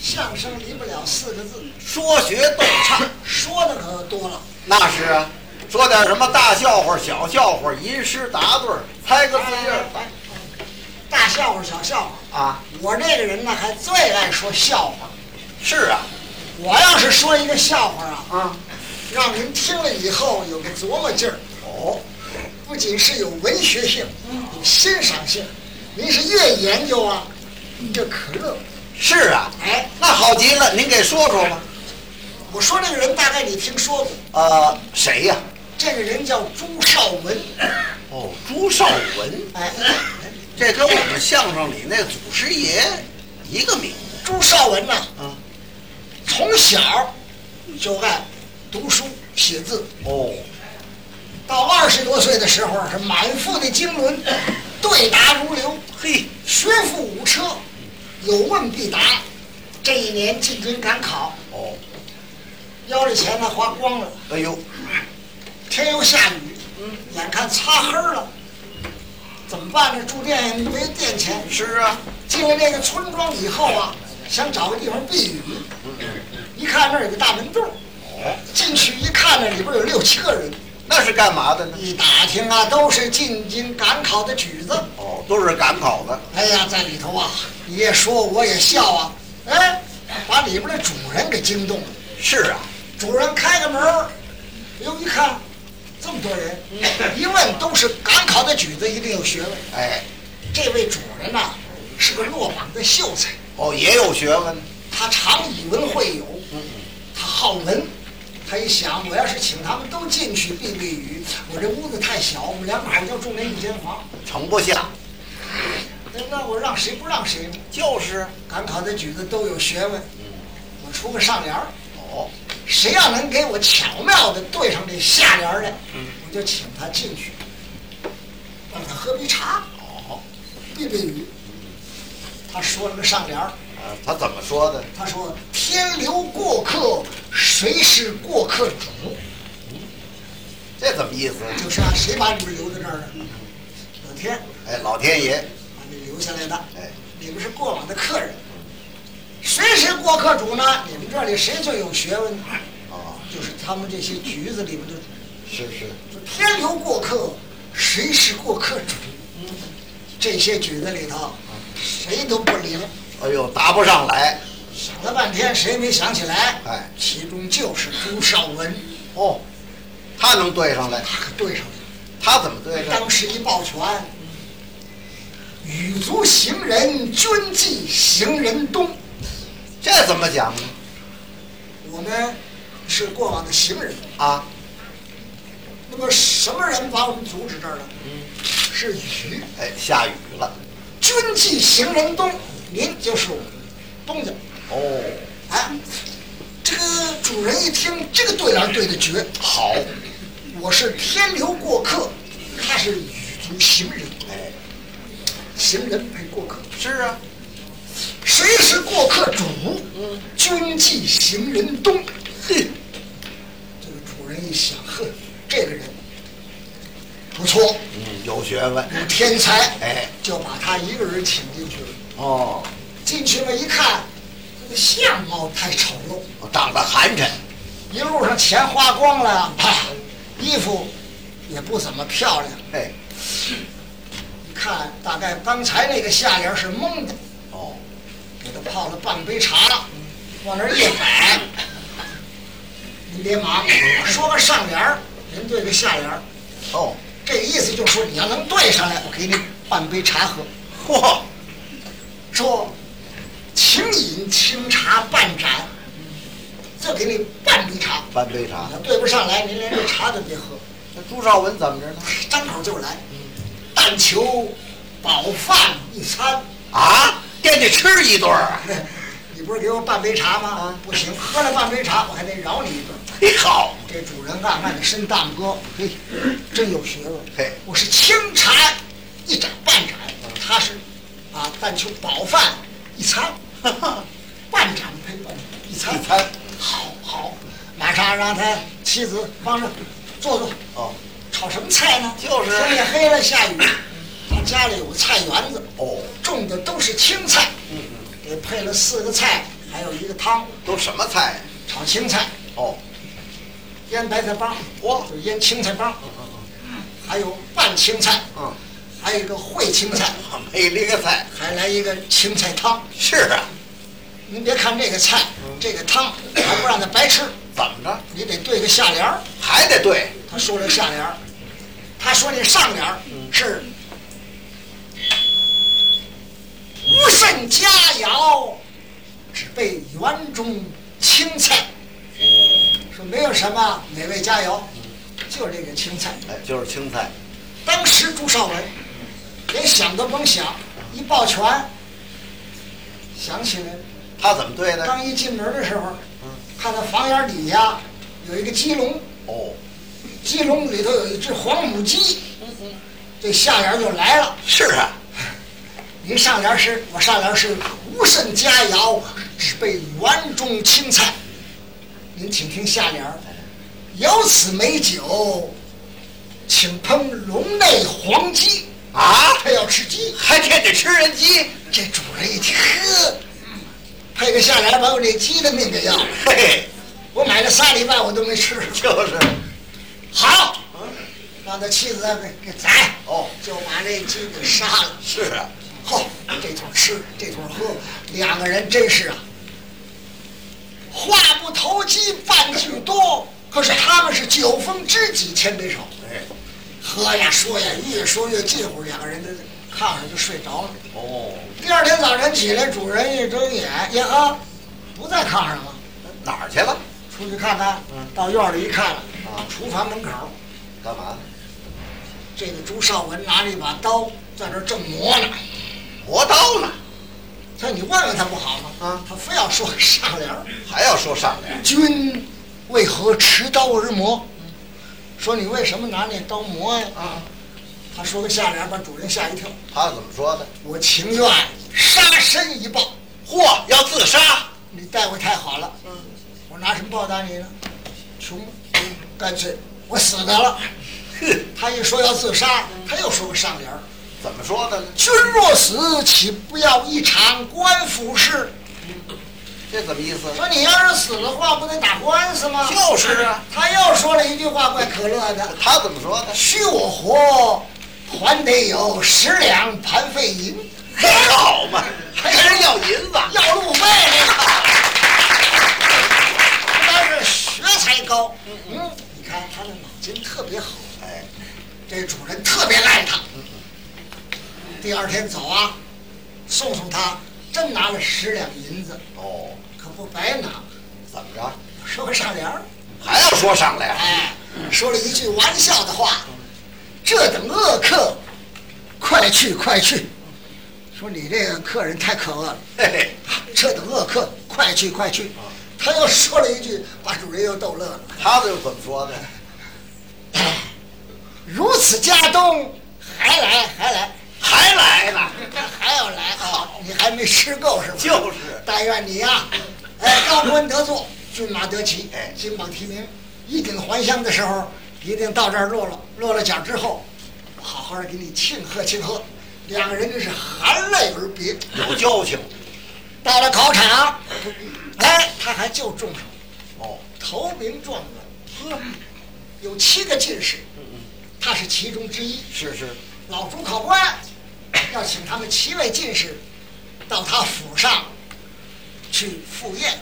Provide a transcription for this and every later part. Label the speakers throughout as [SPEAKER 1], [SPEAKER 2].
[SPEAKER 1] 相声离不了四个字，
[SPEAKER 2] 说学逗唱，
[SPEAKER 1] 说的可多了。
[SPEAKER 2] 那是啊，说点什么大笑话、小笑话、吟诗答对儿，猜个字印儿
[SPEAKER 1] 哎，大笑话小笑话，
[SPEAKER 2] 啊。
[SPEAKER 1] 我这个人呢还最爱说笑话。
[SPEAKER 2] 是啊，
[SPEAKER 1] 我要是说一个笑话啊，
[SPEAKER 2] 啊，
[SPEAKER 1] 让您听了以后有个琢磨劲儿，
[SPEAKER 2] 哦，
[SPEAKER 1] 不仅是有文学性，有欣赏性。您是越研究啊，你就可乐。
[SPEAKER 2] 是啊，
[SPEAKER 1] 哎，
[SPEAKER 2] 那好极了，您给说说吧。
[SPEAKER 1] 我说这个人大概你听说过，
[SPEAKER 2] 呃，谁呀、
[SPEAKER 1] 这个人叫朱绍文。
[SPEAKER 2] 哦，朱绍文，
[SPEAKER 1] 哎，
[SPEAKER 2] 这跟我们相声里那祖师爷一个名字
[SPEAKER 1] 朱绍文呐、
[SPEAKER 2] 啊。
[SPEAKER 1] 从小就爱读书写字，
[SPEAKER 2] 哦，
[SPEAKER 1] 到二十多岁的时候是满腹的经纶，对答如流，
[SPEAKER 2] 嘿，
[SPEAKER 1] 学富五车，有问必答。这一年进京赶考，
[SPEAKER 2] 哦，
[SPEAKER 1] 腰里钱呢花光了，
[SPEAKER 2] 哎呦，
[SPEAKER 1] 天又下雨，眼看擦黑了，怎么办呢？住店没店钱，
[SPEAKER 2] 是啊，
[SPEAKER 1] 进了这个村庄以后啊，想找个地方避雨，一看那儿有个大门洞，
[SPEAKER 2] 哦
[SPEAKER 1] 进去一看呢，里边有六七个人。
[SPEAKER 2] 那是干嘛的呢？
[SPEAKER 1] 一打听啊，都是进京赶考的举子。
[SPEAKER 2] 哦，都是赶考的。
[SPEAKER 1] 哎呀，在里头啊，你也说我也笑啊，哎，把里边的主人给惊动了。
[SPEAKER 2] 是啊，
[SPEAKER 1] 主人开个门儿，哟一看，这么多人，一问都是赶考的举子，一定有学问。
[SPEAKER 2] 哎，
[SPEAKER 1] 这位主人呐、是个落榜的秀才，
[SPEAKER 2] 哦，也有学问。
[SPEAKER 1] 他常以文会友，他好文。他一想，我要是请他们都进去避避雨，我这屋子太小，我们两口就住那一间房。
[SPEAKER 2] 盛不下。
[SPEAKER 1] 那那我让谁不让谁呢？
[SPEAKER 2] 就是，啊
[SPEAKER 1] 赶考的举子都有学问，我出个上联儿，
[SPEAKER 2] 哦，
[SPEAKER 1] 谁要能给我巧妙的对上这下联儿来，我就请他进去，让他喝杯茶，
[SPEAKER 2] 哦，
[SPEAKER 1] 避避雨。他说了个上联儿，
[SPEAKER 2] 啊，他怎么说的？
[SPEAKER 1] 他说：“天留过客，谁是过客主
[SPEAKER 2] 这怎么意思？”
[SPEAKER 1] 就是啊，谁把你们留在这儿的？老天
[SPEAKER 2] 哎，老天爷，
[SPEAKER 1] 把你留下来的。
[SPEAKER 2] 哎，
[SPEAKER 1] 你们是过往的客人，谁是过客主呢？你们这里谁最有学问？
[SPEAKER 2] 啊，
[SPEAKER 1] 就是他们这些局子里面的主，
[SPEAKER 2] 是是，
[SPEAKER 1] 就天留过客，谁是过客主？嗯这些局子里头，谁都不灵，
[SPEAKER 2] 哎呦，答不上来。
[SPEAKER 1] 想了半天谁也没想起来？
[SPEAKER 2] 哎，
[SPEAKER 1] 其中就是朱绍文，
[SPEAKER 2] 哦，他能对上来，
[SPEAKER 1] 他可对上了。
[SPEAKER 2] 他怎么对上？
[SPEAKER 1] 当时一抱拳，雨足行人，均记行人东。
[SPEAKER 2] 这怎么讲呢？
[SPEAKER 1] 我们是过往的行人。
[SPEAKER 2] 啊，
[SPEAKER 1] 那么什么人把我们阻止这儿了？是雨。
[SPEAKER 2] 哎，下雨了。
[SPEAKER 1] 君记行人东，您就是我们东家。
[SPEAKER 2] 哦，
[SPEAKER 1] 哎，这个主人一听，这个对联儿对的绝。
[SPEAKER 2] 好，
[SPEAKER 1] 我是天留过客，他是雨足行人，
[SPEAKER 2] 哎，
[SPEAKER 1] 行人配过客。
[SPEAKER 2] 是啊，
[SPEAKER 1] 谁是过客主？君记行人东。
[SPEAKER 2] 嘿，
[SPEAKER 1] 这个主人一想，呵，这个人不错，
[SPEAKER 2] 嗯，有学问。
[SPEAKER 1] 有天才，
[SPEAKER 2] 哎，
[SPEAKER 1] 就把他一个人请进去了。
[SPEAKER 2] 哦，
[SPEAKER 1] 进去了，一看，这个相貌太丑陋，
[SPEAKER 2] 长得寒碜。
[SPEAKER 1] 一路上钱花光了，啪，衣服也不怎么漂亮。
[SPEAKER 2] 哎，
[SPEAKER 1] 一看，大概刚才那个下联是蒙的，
[SPEAKER 2] 哦，
[SPEAKER 1] 给他泡了半杯茶，往那儿一摆。您别忙，我说个上联儿您对个下联儿
[SPEAKER 2] 哦，
[SPEAKER 1] 这个意思就是说，你要能对上来，我给你半杯茶喝。
[SPEAKER 2] 嚯，
[SPEAKER 1] 说，请饮清茶半盏，就给你半杯茶。
[SPEAKER 2] 半杯茶
[SPEAKER 1] 你。要对不上来，您连这茶都别喝，
[SPEAKER 2] 那朱绍文怎么着呢？
[SPEAKER 1] 张口就来。但求饱饭一餐，
[SPEAKER 2] 啊，惦记吃一顿儿啊。
[SPEAKER 1] 你不是给我半杯茶吗？啊，不行，喝了半杯茶，我还得饶你一顿。
[SPEAKER 2] 嘿，好，
[SPEAKER 1] 这主人暗暗的伸大拇哥，嘿，真有学问。
[SPEAKER 2] 嘿，
[SPEAKER 1] 我是清茶一盏半盏，他是啊，但求饱饭一餐， 半盏配半盏一餐
[SPEAKER 2] 一。餐
[SPEAKER 1] 好好，马上让他妻子帮着做做。
[SPEAKER 2] 哦
[SPEAKER 1] 炒什么菜呢？
[SPEAKER 2] 就是
[SPEAKER 1] 天也黑了，下雨，他家里有个菜园子，
[SPEAKER 2] 哦，嗯
[SPEAKER 1] 种的都是青菜，给配了四个菜，还有一个汤，
[SPEAKER 2] 都什么菜？
[SPEAKER 1] 炒青菜，
[SPEAKER 2] 哦，
[SPEAKER 1] 腌白菜帮，
[SPEAKER 2] 哇
[SPEAKER 1] 就是腌青菜帮，还有拌青菜，
[SPEAKER 2] 嗯，
[SPEAKER 1] 还有一个烩青菜，
[SPEAKER 2] 每一个菜
[SPEAKER 1] 还来一个青菜汤。
[SPEAKER 2] 是啊，
[SPEAKER 1] 您别看这个菜，这个汤还不让它白吃，
[SPEAKER 2] 怎么着
[SPEAKER 1] 你得对个下联儿。
[SPEAKER 2] 还得对
[SPEAKER 1] 他说了下联儿，他说这上联儿是无甚佳肴，只备园中青菜。说没有什么美味佳肴，就这个青菜。
[SPEAKER 2] 哎，就是青菜，
[SPEAKER 1] 当时朱绍文连想都甭想，一抱拳，想起来
[SPEAKER 2] 他怎么对的？
[SPEAKER 1] 刚一进门的时候，看到房檐底下有一个鸡笼，
[SPEAKER 2] 哦，
[SPEAKER 1] 鸡笼里头有一只黄母鸡，这下联就来了。
[SPEAKER 2] 是啊，
[SPEAKER 1] 您上联是，我上联是无甚佳肴，只备园中青菜。您请听下联儿，有此美酒，请烹笼内黄鸡。
[SPEAKER 2] 啊，
[SPEAKER 1] 他要吃鸡，
[SPEAKER 2] 还天得吃人鸡，
[SPEAKER 1] 这主人一听，呵，配个下联把我这鸡的命给要了。
[SPEAKER 2] 嘿嘿，
[SPEAKER 1] 我买了仨礼拜我都没吃。
[SPEAKER 2] 就是，
[SPEAKER 1] 好，让他妻子给给宰，
[SPEAKER 2] 哦，
[SPEAKER 1] 就把这鸡给杀了。
[SPEAKER 2] 是啊，
[SPEAKER 1] 嚯，这头吃，这头喝，两个人真是啊，话不投机半句多。可是他们是酒逢知己千杯少，
[SPEAKER 2] 哎，
[SPEAKER 1] 喝呀说呀，越说越近乎，两个人都炕上就睡着了。
[SPEAKER 2] 哦，
[SPEAKER 1] 第二天早晨起来，主人一睁眼，呀呵，不在炕上了，
[SPEAKER 2] 哪儿去了？
[SPEAKER 1] 出去看看。到院里一看了，啊，厨房门口，
[SPEAKER 2] 干嘛？
[SPEAKER 1] 这个朱绍文拿着一把刀在这儿正磨呢。
[SPEAKER 2] 磨刀呢？
[SPEAKER 1] 他说：“你问问他不好吗？”
[SPEAKER 2] 啊
[SPEAKER 1] 他非要说上联儿。
[SPEAKER 2] 还要说上联？
[SPEAKER 1] 君为何持刀而磨？说你为什么拿那刀磨呀？
[SPEAKER 2] 啊，
[SPEAKER 1] 他说个下联，把主人吓一跳。
[SPEAKER 2] 他怎么说的？
[SPEAKER 1] 我情愿杀身一报，
[SPEAKER 2] 嚯，要自杀？
[SPEAKER 1] 你待我太好了。我拿什么报答你呢？穷吗？干脆我死得了。
[SPEAKER 2] 哼，
[SPEAKER 1] 他一说要自杀，他又说个上联儿：
[SPEAKER 2] 怎么说的呢？
[SPEAKER 1] 君若死，岂不要一场官府事？
[SPEAKER 2] 这怎么意思？
[SPEAKER 1] 说你要是死了话，不得打官司吗？
[SPEAKER 2] 就是啊，
[SPEAKER 1] 他又说了一句话，怪可乐的。
[SPEAKER 2] 他怎么说 的？
[SPEAKER 1] 许我活，还得有十两盘费银，
[SPEAKER 2] 这好嘛，还跟人要银子？
[SPEAKER 1] 要路费。 他当时学才高，嗯，你看他的脑筋特别好，
[SPEAKER 2] 哎，
[SPEAKER 1] 这主人特别爱他。第二天早啊，送送他，真拿了十两银子，
[SPEAKER 2] 哦，
[SPEAKER 1] 可不白拿。
[SPEAKER 2] 怎么着？
[SPEAKER 1] 说个上联儿，
[SPEAKER 2] 还要说上啊联？
[SPEAKER 1] 哎，说了一句玩笑的话，这等恶客，快去快去！说你这个客人太可恶了，
[SPEAKER 2] 嘿嘿，
[SPEAKER 1] 这等恶客，快去快去！他又说了一句，把主人又逗乐了。哎
[SPEAKER 2] 他又怎么说的？
[SPEAKER 1] 如此家东，还来还来，
[SPEAKER 2] 还来呢？
[SPEAKER 1] 还要来啊！你还没吃够是吧？
[SPEAKER 2] 就是
[SPEAKER 1] 但愿你呀、哎，高官得坐，骏马得骑，
[SPEAKER 2] 哎
[SPEAKER 1] 金榜题名，衣锦还乡的时候，一定到这儿落了落了脚之后，我好好的给你庆贺庆贺。两个人真是含泪而别。
[SPEAKER 2] 有交情。
[SPEAKER 1] 到了考场，哎，他还就中了，
[SPEAKER 2] 哦，
[SPEAKER 1] 头名状元，呵，有七个进士，他是其中之一。
[SPEAKER 2] 是是，
[SPEAKER 1] 老朱考官要请他们七位进士到他府上去赴宴。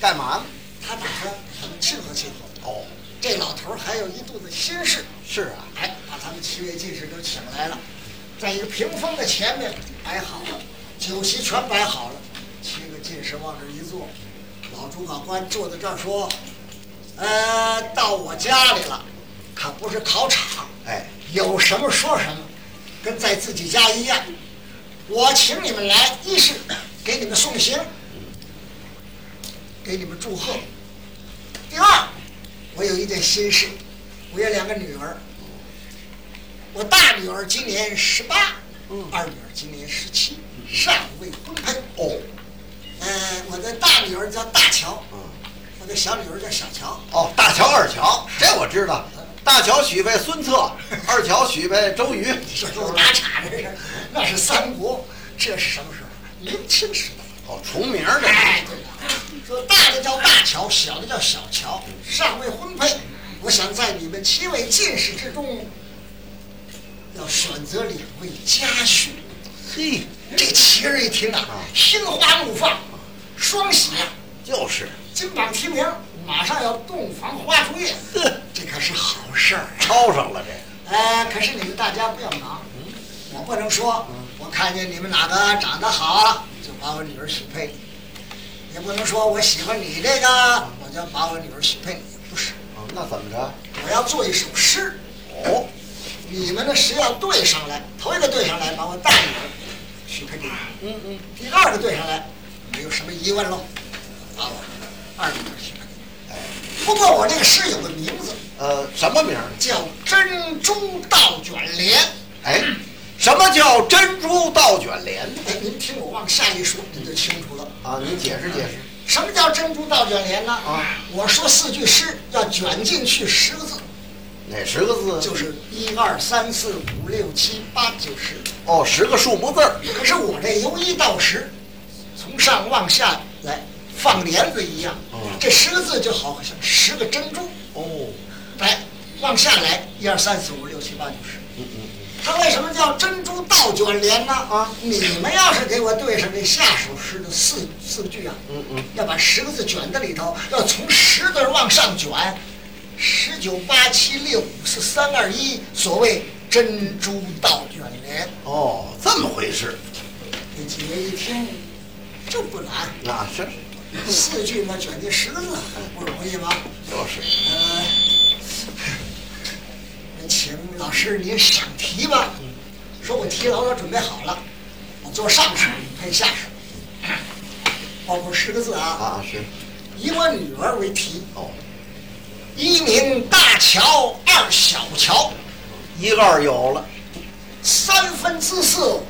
[SPEAKER 2] 干嘛呢？
[SPEAKER 1] 他打算给他们庆贺庆贺。
[SPEAKER 2] 哦，
[SPEAKER 1] 这老头儿还有一肚子心事，
[SPEAKER 2] 是啊，
[SPEAKER 1] 哎，把他们七位进士都请来了，在一个屏风的前面摆好了，酒席全摆好了，七个进士往这一坐，老主考官坐在这儿说：“呃，到我家里了，可不是考场，
[SPEAKER 2] 哎，
[SPEAKER 1] 有什么说什么，跟在自己家一样。我请你们来，一是给你们送行，给你们祝贺；第二，我有一件心事，我有两个女儿，我大女儿今年十八，
[SPEAKER 2] 嗯
[SPEAKER 1] 二女儿今年十七，尚未婚配。
[SPEAKER 2] 哦，
[SPEAKER 1] 呃，我的大女儿叫大乔，
[SPEAKER 2] 嗯，
[SPEAKER 1] 我的小女儿叫小乔。
[SPEAKER 2] 哦，大乔、二乔，这我知道。大乔许配孙策，二乔许配周瑜。
[SPEAKER 1] 这给我打岔，这是那是三国，这是什么时候？明清时代。
[SPEAKER 2] 哦，重名儿的。
[SPEAKER 1] 哎，对了，说大的叫大乔，小的叫小乔，尚未婚配。我想在你们七位进士之中，要选择两位佳婿。
[SPEAKER 2] 嘿，
[SPEAKER 1] 这旗人一听啊，心花怒放，双喜啊，
[SPEAKER 2] 就是，
[SPEAKER 1] 金榜题名，马上要洞房花烛夜，
[SPEAKER 2] 呵，
[SPEAKER 1] 这可是好事儿啊。
[SPEAKER 2] 抄上了这
[SPEAKER 1] 哎，可是你们大家不要忙，我不能说，我看见你们哪个长得好啊，就把我女儿许配你；也不能说我喜欢你这个，我就把我女儿许配你。不是，
[SPEAKER 2] 个。哦那怎么着？
[SPEAKER 1] 我要做一首诗，
[SPEAKER 2] 哦，
[SPEAKER 1] 你们呢谁要对上来，头一个对上来，把我大女儿许配给你；
[SPEAKER 2] 嗯嗯，
[SPEAKER 1] 第二个对上来，没有什么疑问喽，把我二女儿许配给你。不过我这个诗有个名字，
[SPEAKER 2] 呃，什么名儿？
[SPEAKER 1] 叫《珍珠倒卷帘》。
[SPEAKER 2] 哎，什么叫珍珠倒卷帘？
[SPEAKER 1] 哎，您听我往下一说，您就清楚了。
[SPEAKER 2] 啊，您解释解释。
[SPEAKER 1] 什么叫珍珠倒卷帘呢？
[SPEAKER 2] 啊，
[SPEAKER 1] 我说四句诗，要卷进去十个字，
[SPEAKER 2] 哪十个字？
[SPEAKER 1] 就是一二三四五六七八九十。
[SPEAKER 2] 哦，十个数目字儿。
[SPEAKER 1] 可是我这由一到十，从上往下来放帘子一样，
[SPEAKER 2] 哦
[SPEAKER 1] 这十个字就好像十个珍珠，
[SPEAKER 2] 哦，
[SPEAKER 1] 来哎往下来一二三四五六七八九十。
[SPEAKER 2] 嗯嗯，
[SPEAKER 1] 它为什么叫珍珠倒卷帘呢？
[SPEAKER 2] 啊
[SPEAKER 1] 你们要是给我对上这下首诗的四四句啊，
[SPEAKER 2] 嗯嗯，
[SPEAKER 1] 要把十个字卷在里头，要从十字往上卷，十九八七六五四三二一，所谓珍珠倒卷帘。
[SPEAKER 2] 哦，这么回事。
[SPEAKER 1] 这几位一听，这不难，
[SPEAKER 2] 啊，是，
[SPEAKER 1] 四句嘛卷进十个字，不容易吗？
[SPEAKER 2] 就是。
[SPEAKER 1] 呃，请老师您赏题吧。说我题老早准备好了，我做上手配下手，包括十个字啊，
[SPEAKER 2] 啊，是。
[SPEAKER 1] 以我女儿为题，
[SPEAKER 2] 哦，
[SPEAKER 1] 一名大乔，二小乔，
[SPEAKER 2] 一个儿有了。
[SPEAKER 1] 三分姿色，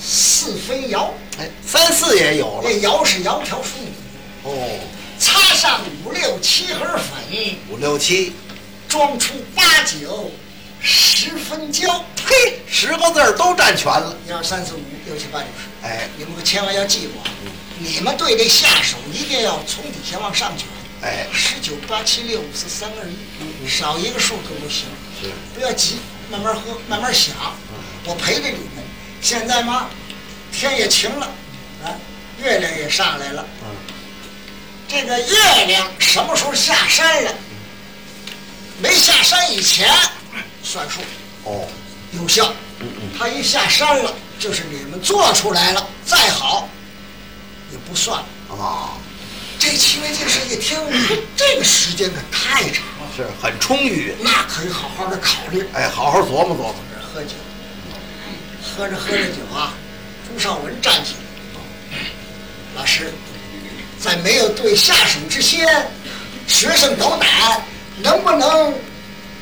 [SPEAKER 1] 四分摇，
[SPEAKER 2] 哎，三四也有了
[SPEAKER 1] 这。摇是窈窕淑女，
[SPEAKER 2] 哦，
[SPEAKER 1] 擦上五六七盒粉，
[SPEAKER 2] 五六七，
[SPEAKER 1] 装出八九十分娇。
[SPEAKER 2] 嘿，十个字儿都占全了。
[SPEAKER 1] 一二三四五六七八九十。
[SPEAKER 2] 哎
[SPEAKER 1] 你们可千万要记住啊！你们对这下手一定要从底下往上卷。
[SPEAKER 2] 哎嗯
[SPEAKER 1] 十九八七六五四三二一，少一个数都不行。
[SPEAKER 2] 是嗯
[SPEAKER 1] 不要急，慢慢喝，慢慢想。我陪着你们。现在嘛，天也晴了，啊，月亮也上来了。
[SPEAKER 2] 嗯，
[SPEAKER 1] 这个月亮什么时候下山了？没下山以前算数
[SPEAKER 2] 哦，
[SPEAKER 1] 有效。
[SPEAKER 2] 嗯嗯，
[SPEAKER 1] 它一下山了，就是你们做出来了，再好也不算了。
[SPEAKER 2] 啊，
[SPEAKER 1] 这七位进士一听，这个时间可太长了，
[SPEAKER 2] 是很充裕。
[SPEAKER 1] 那可以好好的考虑。
[SPEAKER 2] 哎，好好琢磨琢磨。
[SPEAKER 1] 喝酒，喝着喝着酒啊，朱绍文站起来，老师，在没有对下手之前，学生斗胆，能不能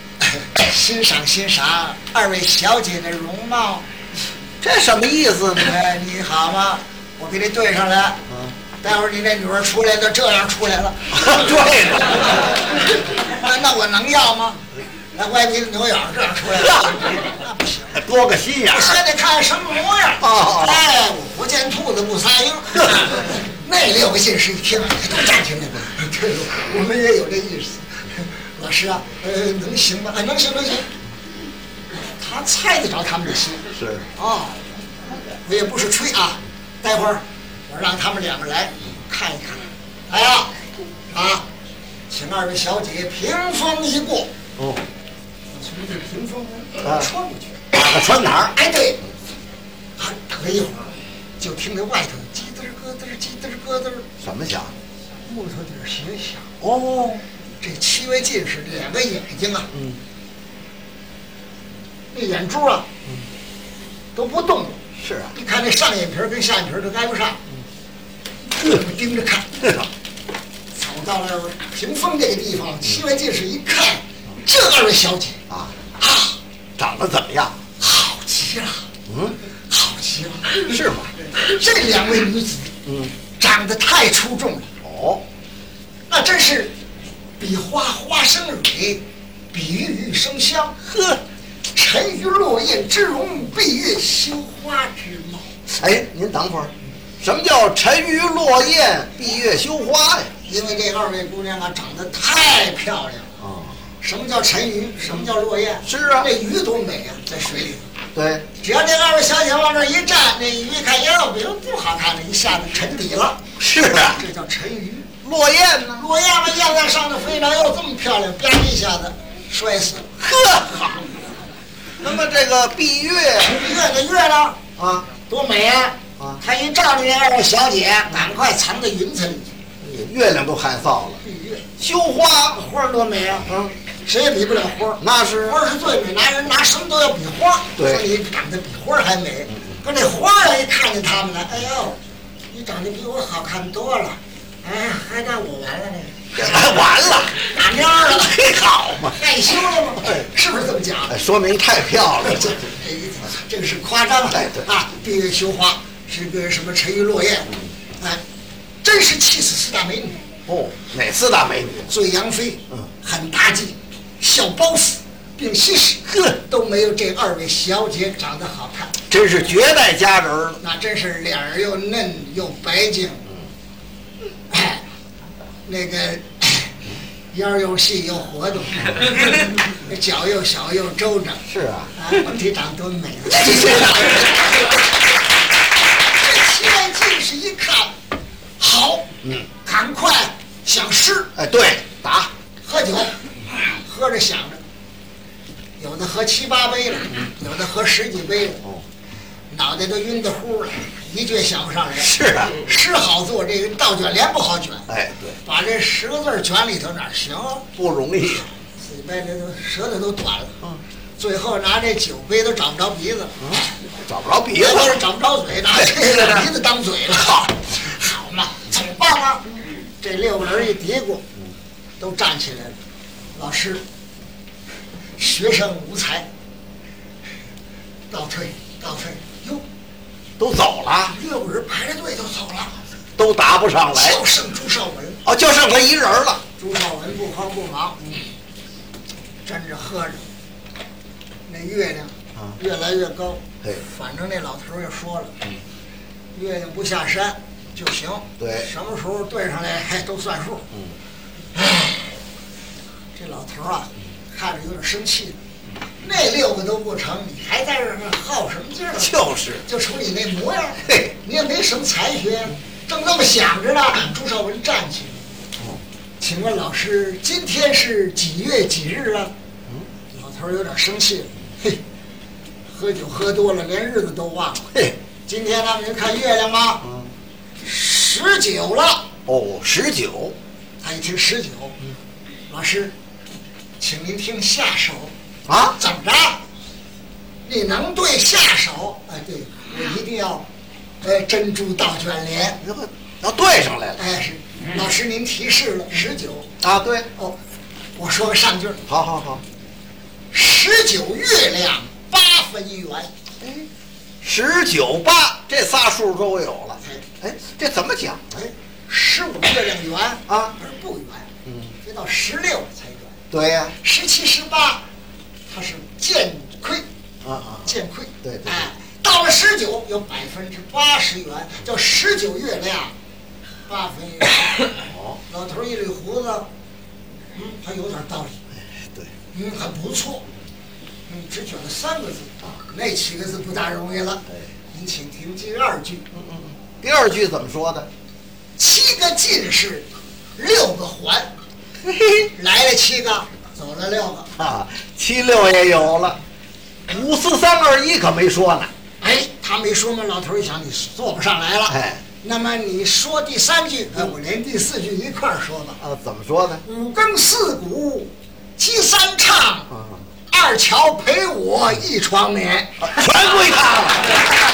[SPEAKER 1] 欣赏欣赏二位小姐的容貌？
[SPEAKER 2] 这什么意思呢？
[SPEAKER 1] 哎，你好吗？我给你对上了。待会儿你那女儿出来都这样出来了，
[SPEAKER 2] 对了，
[SPEAKER 1] 那那我能要吗？那歪鼻子扭眼儿这样出来了， 那不行。
[SPEAKER 2] 多个心眼
[SPEAKER 1] 我
[SPEAKER 2] 儿。
[SPEAKER 1] 先得看什么模样。
[SPEAKER 2] 哦
[SPEAKER 1] 哎，我不见兔子不撒鹰。 那六个信士一听，都站起来了。对，我们也有这意思。 老师啊，呃，能行吗？啊，能行能行。他猜得着他们的心。
[SPEAKER 2] 是，
[SPEAKER 1] 哦，我也不是吹啊，待会儿我让他们两个来看一看。来呀，啊，请二位小姐屏风一过，
[SPEAKER 2] 哦，
[SPEAKER 1] 从这屏风
[SPEAKER 2] 啊
[SPEAKER 1] 穿过去。
[SPEAKER 2] 打个穿堂儿。
[SPEAKER 1] 哎，对，啊，等了一会儿，就听那外头叽嘚儿咯嘚儿叽嘚儿咯嘚儿，
[SPEAKER 2] 什么响？
[SPEAKER 1] 木头底儿鞋响。
[SPEAKER 2] 哦，
[SPEAKER 1] 这七位进士两个眼睛啊，
[SPEAKER 2] 嗯，
[SPEAKER 1] 那眼珠啊，都不动了。
[SPEAKER 2] 是啊。
[SPEAKER 1] 一看那上眼皮儿跟下眼皮儿都挨不上，这么盯着看。走到了屏风这个地方，七位进士一看，这二位小姐
[SPEAKER 2] 啊，
[SPEAKER 1] 啊，
[SPEAKER 2] 长得怎么样？
[SPEAKER 1] 好极了，
[SPEAKER 2] 嗯，
[SPEAKER 1] 好极了！
[SPEAKER 2] 是吗？
[SPEAKER 1] 这两位女子
[SPEAKER 2] 嗯，
[SPEAKER 1] 长得太出众了。
[SPEAKER 2] 哦，
[SPEAKER 1] 那真是比花花生蕊，比玉玉生香。
[SPEAKER 2] 呵，
[SPEAKER 1] 沉鱼落雁之容，闭月羞花之貌。
[SPEAKER 2] 哎，您等会儿，什么叫沉鱼落雁、闭月羞花呀？
[SPEAKER 1] 因为这二位姑娘啊长得太漂亮了。
[SPEAKER 2] 啊，
[SPEAKER 1] 什么叫沉鱼？什么叫落雁？
[SPEAKER 2] 是啊
[SPEAKER 1] 那鱼多美呀、在水里。
[SPEAKER 2] 对，
[SPEAKER 1] 只要这二位小姐往这儿一站，那鱼一看，哟，别不好看了，一下子沉底了，
[SPEAKER 2] 是啊，
[SPEAKER 1] 这叫沉鱼。
[SPEAKER 2] 落雁呢？
[SPEAKER 1] 落雁嘛，雁在上头飞，然后又这么漂亮，啪一下子摔死了。
[SPEAKER 2] 呵好。那么这个闭月
[SPEAKER 1] 月的月亮
[SPEAKER 2] 啊，
[SPEAKER 1] 多美啊！
[SPEAKER 2] 啊
[SPEAKER 1] 他一照着这二位小姐，赶快藏在云层里去。
[SPEAKER 2] 月亮都害臊了，
[SPEAKER 1] 闭月，
[SPEAKER 2] 羞花，
[SPEAKER 1] 花儿多美啊！
[SPEAKER 2] 嗯，
[SPEAKER 1] 谁也比不了花儿。
[SPEAKER 2] 那是
[SPEAKER 1] 花儿是最美，拿人拿什么都要比花儿。
[SPEAKER 2] 对
[SPEAKER 1] 说你长得比花儿还美，可这花儿啊一看见他们了，哎呦，你长得比我好看多了，哎，还让我完了呢，
[SPEAKER 2] 完了，
[SPEAKER 1] 打蔫儿了，
[SPEAKER 2] 嘿好嘛，
[SPEAKER 1] 害羞了吗
[SPEAKER 2] 哎？
[SPEAKER 1] 是不是这么讲？
[SPEAKER 2] 哎说明太漂亮
[SPEAKER 1] 这哎
[SPEAKER 2] 了。
[SPEAKER 1] 这个是夸张的
[SPEAKER 2] 哎对
[SPEAKER 1] 啊！闭月羞花是个什么沉鱼落雁，
[SPEAKER 2] 嗯
[SPEAKER 1] 哎，真是气死四大美女：
[SPEAKER 2] 哦，哪四大美女？
[SPEAKER 1] 醉杨妃
[SPEAKER 2] 嗯、
[SPEAKER 1] 韩妲己、小包子、并西施，呵，都没有这二位小姐长得好看。
[SPEAKER 2] 真是绝代佳人了。
[SPEAKER 1] 那真是脸儿又嫩又白净，
[SPEAKER 2] 嗯
[SPEAKER 1] 哎，那个腰儿又细又活 动，脚又小又周正。
[SPEAKER 2] 是啊，
[SPEAKER 1] 啊，我队长多美！啊 这千进士一看，好，
[SPEAKER 2] 嗯，
[SPEAKER 1] 赶快想诗
[SPEAKER 2] 哎，对，打，
[SPEAKER 1] 喝酒，喝着想着，有的喝七八杯了，有的喝十几杯了，
[SPEAKER 2] 嗯哦，
[SPEAKER 1] 脑袋都晕得乎了，一句想不上来。
[SPEAKER 2] 是啊，
[SPEAKER 1] 诗好做，这个倒卷帘不好卷，
[SPEAKER 2] 哎，对，
[SPEAKER 1] 把这十个字儿卷里头哪儿行啊？
[SPEAKER 2] 不容易，
[SPEAKER 1] 自己掰的都舌头都短了，
[SPEAKER 2] 嗯，
[SPEAKER 1] 最后拿这酒杯都找不着鼻子了。
[SPEAKER 2] 找不着鼻
[SPEAKER 1] 别
[SPEAKER 2] 子
[SPEAKER 1] 老
[SPEAKER 2] 了。
[SPEAKER 1] 是找不着嘴，拿这个鼻子当嘴了，好嘛，怎么办呢？这六个人一嘀咕，都站起来了。老师，学生无才，倒退，倒退。哟，
[SPEAKER 2] 都走了，
[SPEAKER 1] 六个人排着队都走了，
[SPEAKER 2] 都答不上来。
[SPEAKER 1] 就剩朱绍文。
[SPEAKER 2] 哦，就剩他一人了。
[SPEAKER 1] 朱绍文不慌不忙，斟着喝着，那月亮
[SPEAKER 2] 啊
[SPEAKER 1] 越来越高。
[SPEAKER 2] 嘿，嗯
[SPEAKER 1] 反正那老头儿也说了，月亮不下山就行。
[SPEAKER 2] 对
[SPEAKER 1] 什么时候对上来，嘿，都算数。
[SPEAKER 2] 嗯
[SPEAKER 1] 唉，这老头儿啊，
[SPEAKER 2] 嗯
[SPEAKER 1] 看着有点生气了。那六个都不成，你还在这儿耗什么劲儿？
[SPEAKER 2] 就是，
[SPEAKER 1] 就瞅你那模样，
[SPEAKER 2] 嘿，
[SPEAKER 1] 你也没什么才学，正这么想着呢，朱绍文站起来
[SPEAKER 2] 哦，
[SPEAKER 1] 请问老师，今天是几月几日啊？老头儿有点生气了，嘿，喝酒喝多了，连日子都忘了。
[SPEAKER 2] 嘿，
[SPEAKER 1] 今天咱们就看月亮吗？
[SPEAKER 2] 嗯，
[SPEAKER 1] 十九了，
[SPEAKER 2] 哦，十九，
[SPEAKER 1] 他一听十九，老师，请您听下手，
[SPEAKER 2] 啊，
[SPEAKER 1] 怎么着？你能对下手？哎，对，我一定要，呃，珍珠倒卷帘。
[SPEAKER 2] 这个要对上来了
[SPEAKER 1] 哎，是，老师您提示了十九
[SPEAKER 2] 啊，对，
[SPEAKER 1] 哦，我说个上句儿，
[SPEAKER 2] 好好好，
[SPEAKER 1] 十九月亮八分圆，
[SPEAKER 2] 哎十九八，这仨数都有了。哎，这怎么讲？
[SPEAKER 1] 哎，十五月亮圆
[SPEAKER 2] 啊
[SPEAKER 1] 不是不圆，
[SPEAKER 2] 嗯，
[SPEAKER 1] 得到十六才圆，
[SPEAKER 2] 对呀、
[SPEAKER 1] 十七十八，它是渐亏
[SPEAKER 2] 啊，啊
[SPEAKER 1] 渐亏，
[SPEAKER 2] 对对对
[SPEAKER 1] 哎，到了十九有百分之八十圆，叫十九月亮八分圆。
[SPEAKER 2] 哦，
[SPEAKER 1] 老头儿一捋胡子，嗯，他有点道理。
[SPEAKER 2] 哎对，
[SPEAKER 1] 嗯，很不错。嗯，只选了三个字，
[SPEAKER 2] 啊
[SPEAKER 1] 那七个字不大容易了。
[SPEAKER 2] 哎，
[SPEAKER 1] 您请听第二句：
[SPEAKER 2] 第二句怎么说的？
[SPEAKER 1] 七个进士，六个还，
[SPEAKER 2] 嘿嘿。
[SPEAKER 1] 来了七个，走了六个。
[SPEAKER 2] 啊，七六也有了，五四三二一可没说呢。
[SPEAKER 1] 哎，他没说嘛，老头儿一想，你做不上来了。
[SPEAKER 2] 哎，嗯
[SPEAKER 1] 那么你说第三句，哎，我连第四句一块儿说吧。
[SPEAKER 2] 啊，怎么说呢？
[SPEAKER 1] 五更四鼓，七三唱，
[SPEAKER 2] 啊，
[SPEAKER 1] 二乔陪我一床眠。
[SPEAKER 2] 全归他了。